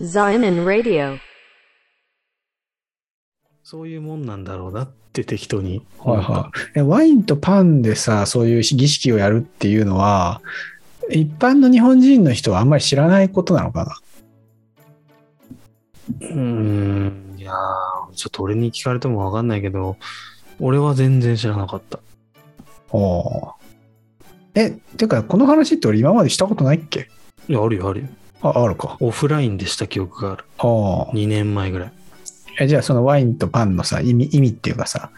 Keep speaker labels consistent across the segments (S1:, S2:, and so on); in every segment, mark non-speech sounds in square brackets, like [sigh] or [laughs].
S1: Zion Radio.
S2: そういうもんなんだろうなって適当に。
S3: はいはいえ。ワインとパンでさ、そういう儀式をやるっていうのは、一般の日本人の人はあんまり知らないことなのかな。
S2: うーん、いやーちょっと俺に聞かれてもわかんないけど、俺は全然知らなかった。
S3: おーえ、てか、この話って俺今までしたことないっけ
S2: いや、あるよ、あるよ。
S3: あ、あるか。
S2: オフラインでした記憶がある。
S3: おー
S2: 2年前ぐらい。
S3: えじゃあ、そのワインとパンのさ、意味、意味っていうかさ、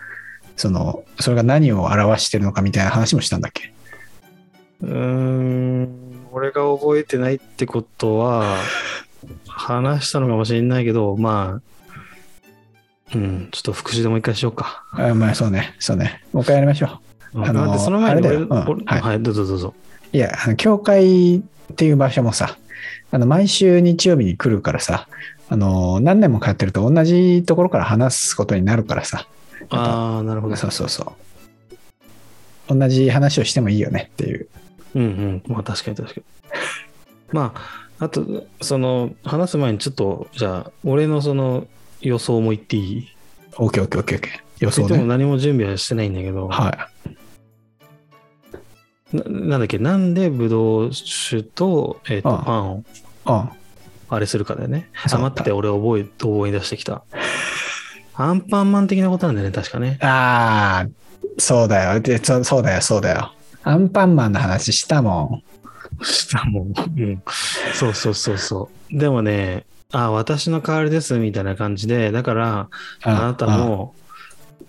S3: その、それが何を表してるのかみたいな話もしたんだっけ
S2: うーん、俺が覚えてないってこと [laughs] は、話したのかもしれないけど、まあ、うん、ちょっと復習でもう一回しようか。
S3: あまあ、そうね、そうね。もう一回やりましょう。あのー
S2: 待ってその前に
S3: あれ
S2: 俺、
S3: だようん
S2: 俺
S3: はい
S2: はい、どうぞどうぞ。
S3: いや、あの教会っていう場所もさ、あの毎週日曜日に来るからさ、あの何年も通ってると同じところから話すことになるからさ、
S2: ああ、なるほど。
S3: そうそうそう。同じ話をしてもいいよねっていう。
S2: うんうん、まあ確かに確かに。 [laughs] まあ、あと、その、話す前にちょっと、じゃあ、俺のその予想も言っていい
S3: OKOKOKOK。予想
S2: でも
S3: ね。
S2: 何も準備はしてないんだけど、
S3: は
S2: ななんだっけ、なんでブドウ酒と、えっ、と、
S3: ああ
S2: パンを
S3: い。うん。
S2: あれするかだよね。
S3: そ
S2: あ、
S3: う
S2: 待って、俺覚え、思い出してきた。アンパンマン的なことなんだよね、確かね。
S3: ああ、そうだよ。でそそうだよ、そうだよ。アンパンマンの話したも
S2: したもん。うん。そうそうそうそう。でもね、あ、私の代わりです、みたいな感じで、だから、
S3: ん。
S2: あなたも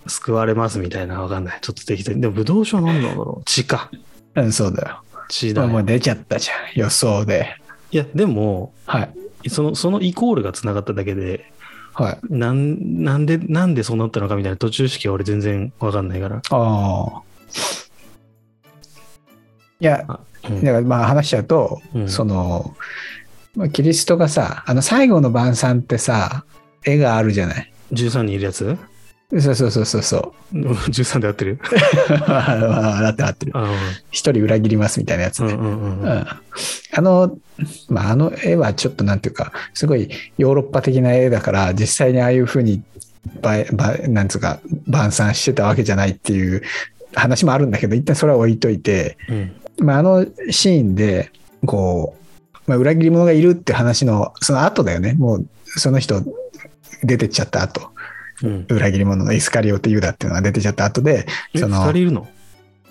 S2: 救われますみたいな、わかんない。ちょっと適当に。でも、ぶどう酒は何なんだろう血か。
S3: うん。うん、そうだよ。
S2: 血だ、
S3: もう
S2: ね。
S3: 出ちゃったじゃん。予想で。
S2: いや、でも、
S3: はい。
S2: その、そのイコールが繋がっただけで、
S3: はい。
S2: なん、なんで、なんでそうなったのかみたいな途中式は俺全然わかんないから。
S3: ああ。いや、
S2: うん
S3: だからまあ話しちゃうと、
S2: うん
S3: その、まあ、キリストがさ、あの最後の晩餐ってさ、絵があるじゃない。
S2: 13人いるやつ [laughs]
S3: そうそうそうそうそう。 [laughs]
S2: ?13 で合ってる
S3: あのあなってなってる。
S2: あ
S3: 一人裏切りますみたいなやつ
S2: うん
S3: ね。
S2: うんうん
S3: う
S2: うんん。
S3: あの、まあ、あの絵はちょっとなんていうか、すごいヨーロッパ的な絵だから、実際にああいうふうにばえ、ばえなんつうか、晩餐してたわけじゃないっていう話もあるんだけど、一旦それは置いといて、
S2: うん。
S3: まあ、あのシーンでこう、まあ、裏切り者がいるって話のその後だよねもうその人出てっちゃった後
S2: うん。
S3: 裏切り者のイスカリオテユダっていうのが出てっちゃった後で
S2: え、
S3: そ
S2: 二
S3: の
S2: 人いるの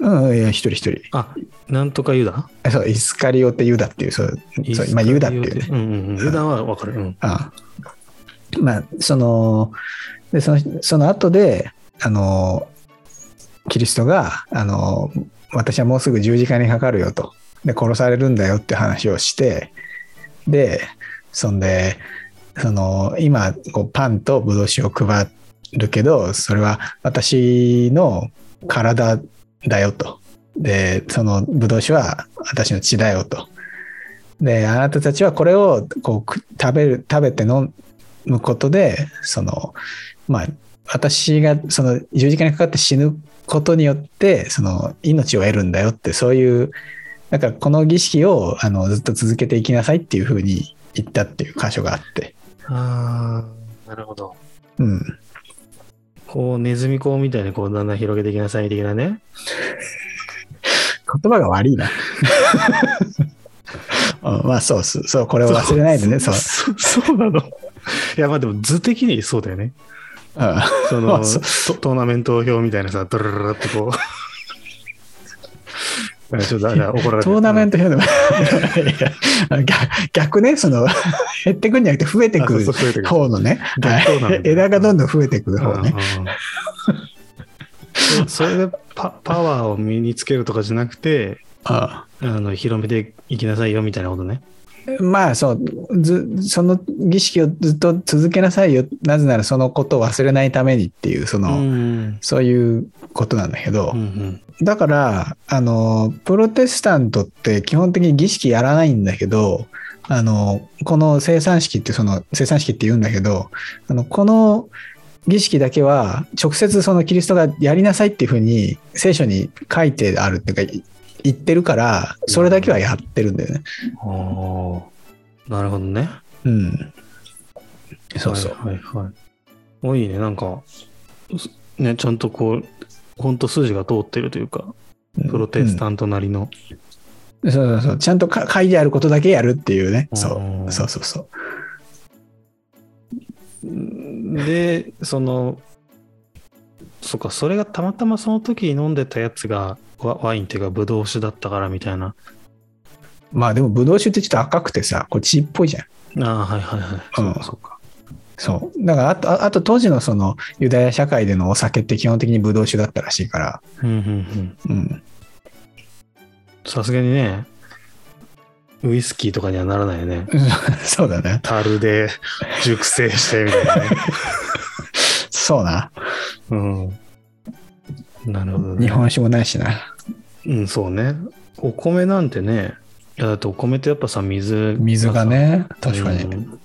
S3: うんいや一人一人
S2: あ、なんとかユダ
S3: あそうイスカリオテユダっていうそうそうまあユダっていうね
S2: うんうんうん。ユダはわかる。うん。
S3: ああまあそのでそのその後であのキリストがあの私はもうすぐ十字架にかかるよとで殺されるんだよって話をしてでそんでその今こうパンとブドウ酒を配るけどそれは私の体だよとでそのブドウ酒は私の血だよとであなたたちはこれをこうく食べる食べて飲むことでそのまあ私がその十字架にかかって死ぬことによってその命を得るんだよってそういうだからこの儀式をあのずっと続けていきなさいっていうふうに言ったっていう箇所があって、
S2: ああ、なるほど。
S3: うん、
S2: こう、ネズミ講みたいに、こう、だんだん広げていきなさい、的なね。
S3: 言葉が悪いな [laughs] うんまあそうそうそうこれを忘れないでねそう
S2: そうそうなの。いや、まあでも図的にそうだよね。
S3: うん
S2: その
S3: あそ
S2: トトーナメント表みたいなさ、ドルルルルってこう。ちょっ [laughs] とあれ怒られる
S3: トーナメント表でもいやあの [laughs] 逆逆ね、その減ってくんじゃなくて増えてく
S2: あそうそう増えてく
S3: る方のね、
S2: 逆トーナメント
S3: 枝がどんどん増えてくる方ね。
S2: うんうんうんそそれでパパワーを身につけるとかじゃなくて、
S3: あ
S2: あの広めていきなさいよみたいなことね。
S3: まあそうず、その儀式をずっと続けなさいよ、なぜならそのことを忘れないためにっていう、そうの、
S2: ん。
S3: そういうことなんだけど、
S2: うんうん
S3: だからあのプロテスタントって基本的に儀式やらないんだけどあのこの生産式ってその生産式って言うんだけどあのこの儀式だけは直接そのキリストがやりなさいっていうふうに聖書に書いてあるっていうかい言ってるからそれだけはやってるんだよね。
S2: おーなるほどね。
S3: うん、そうそう。
S2: はいはい、はい。おいいね、なんか、すね、ちゃんとこう、ほんと筋が通ってるというか、プロテスタントなりの。
S3: うんそうそうそう。ちゃんとか書いてあることだけやるっていうね。そう。
S2: ん
S3: そうそうそう。
S2: で、その、そっか、それがたまたまその時に飲んでたやつがワワインっていうか、ブドウ酒だったからみたいな。
S3: まあでも、ブドウ酒ってちょっと赤くてさ、こう血っぽいじゃん。
S2: ああ、はいはいはい。そううんかそうか。
S3: そう。だからあと、ああと当時のそのユダヤ社会でのお酒って基本的にブドウ酒だったらしいから。
S2: うんうんうん。
S3: うん。 [laughs]
S2: さすがにね、ウイスキーとかにはならないよね。
S3: そうだね。
S2: 樽で熟成してみたい
S3: [laughs]
S2: なね。
S3: そうな。
S2: うん。なるほど、ね。
S3: 日本酒もないしな。
S2: うん、そうね。お米なんてね、いやだってお米ってやっぱさ、水。
S3: 水がね、
S2: さ。
S3: 確か
S2: う
S3: に。
S2: ん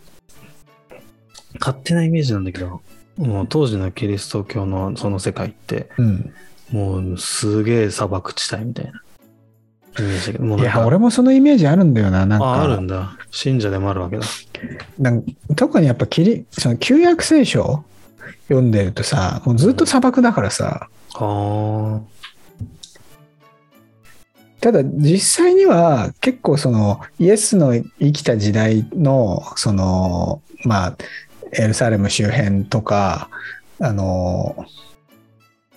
S2: 勝手なイメージなんだけど、もう当時のキリスト教のその世界って、
S3: うん。
S2: もうすげえ砂漠地帯みたいなイメージだけど、もう
S3: い
S2: なんか
S3: や、俺もそのイメージあるんだよな。なん
S2: あ、ある
S3: か、
S2: んだ。信者でもあるわけだ。
S3: なん特にやっぱキリ、その旧約聖書読んでるとさ、もうずっと砂漠だからさ、
S2: ああ。
S3: ただ実際には結構そのイエスの生きた時代のそのまあエルサレム周辺とかあの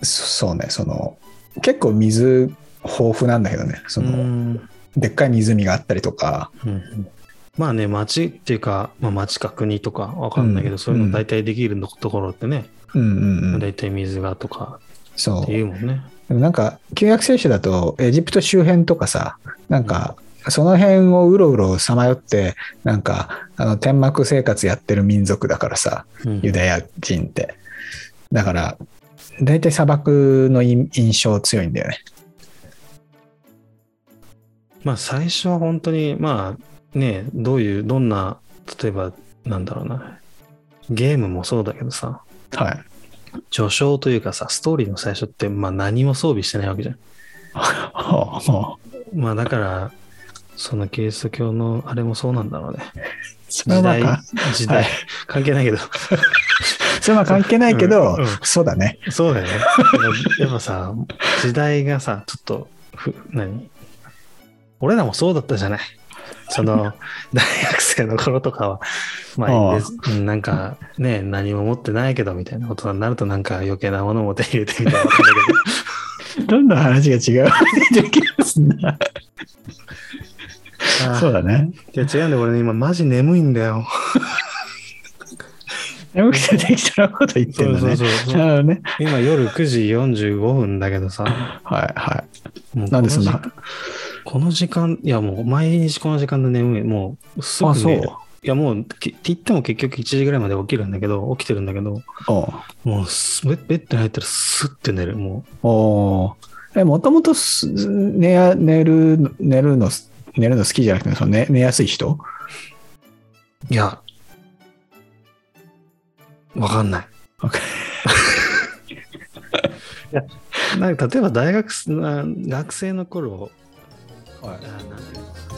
S3: そそうねその結構水豊富なんだけどねその、
S2: うん
S3: でっかい湖があったりとか
S2: うんうんまあね、町っていうか、まあ、町か国とかわかんないけど、
S3: うん
S2: そういうの大体できるのところってね、
S3: うんうんうん
S2: 大体水がとか
S3: そ
S2: っ
S3: う
S2: ていうもんね。
S3: でもなんか旧約聖書だとエジプト周辺とかさなんかその辺をうろうろさまよってなんかあの天幕生活やってる民族だからさ
S2: うん
S3: ユダヤ人って。だから、大体砂漠のい印象強いんだよね。
S2: まあ最初は本当にまあねどういうどんな例えばなんだろうなゲームもそうだけどさ
S3: はい。
S2: 序章というかさストーリーの最初ってまあ何も装備してないわけじゃん。まあだからそのキリスト教のあれもそうなんだろうね。
S3: それは
S2: 時
S3: まあ
S2: 代
S3: か、
S2: 時代、
S3: は
S2: 関係ないけど。
S3: それはまあ関係ないけど、
S2: うんうん
S3: そうだね。
S2: そうだよね。やっぱさ、時代がさ、ちょっと、ふ何俺らもそうだったじゃない。その、 [laughs] 大学生の頃とかは、ま
S3: あ
S2: あ
S3: あ
S2: 別うん、なんかね、何も持ってないけど、みたいな大人になると、なんか余計なものも手に入れてみたいな感じだけど。
S3: どんどん話が違う。できますな
S2: [laughs] ああ
S3: そうだね。
S2: いや、違うんだよ、俺ね、今、マジ眠いんだよ。
S3: 眠くて適当なこと言って
S2: そ
S3: る
S2: う
S3: の
S2: そう
S3: ね。
S2: そう
S3: なるほどね。
S2: 今、夜9時45分だけどさ。
S3: はいは
S2: もう
S3: い。なんでそんな。
S2: この時間、いや、もう、毎日この時間で眠い。もう、すぐ
S3: あ、
S2: 寝
S3: そう
S2: る。。いやもう、きって言っても結局1時ぐらいまで起きるんだけど、起きてるんだけど、
S3: お
S2: もうすベベッドに入ったらスッて寝る。も
S3: うおうえ、もともとす寝や寝るの、寝るの、寝るの好きじゃなくて、その寝寝やすい人
S2: う、いや、わかんない。
S3: わ
S2: [laughs]
S3: か
S2: いやなんか例えば大学すな学生の頃、
S3: は
S2: あな
S3: い
S2: んていうのかな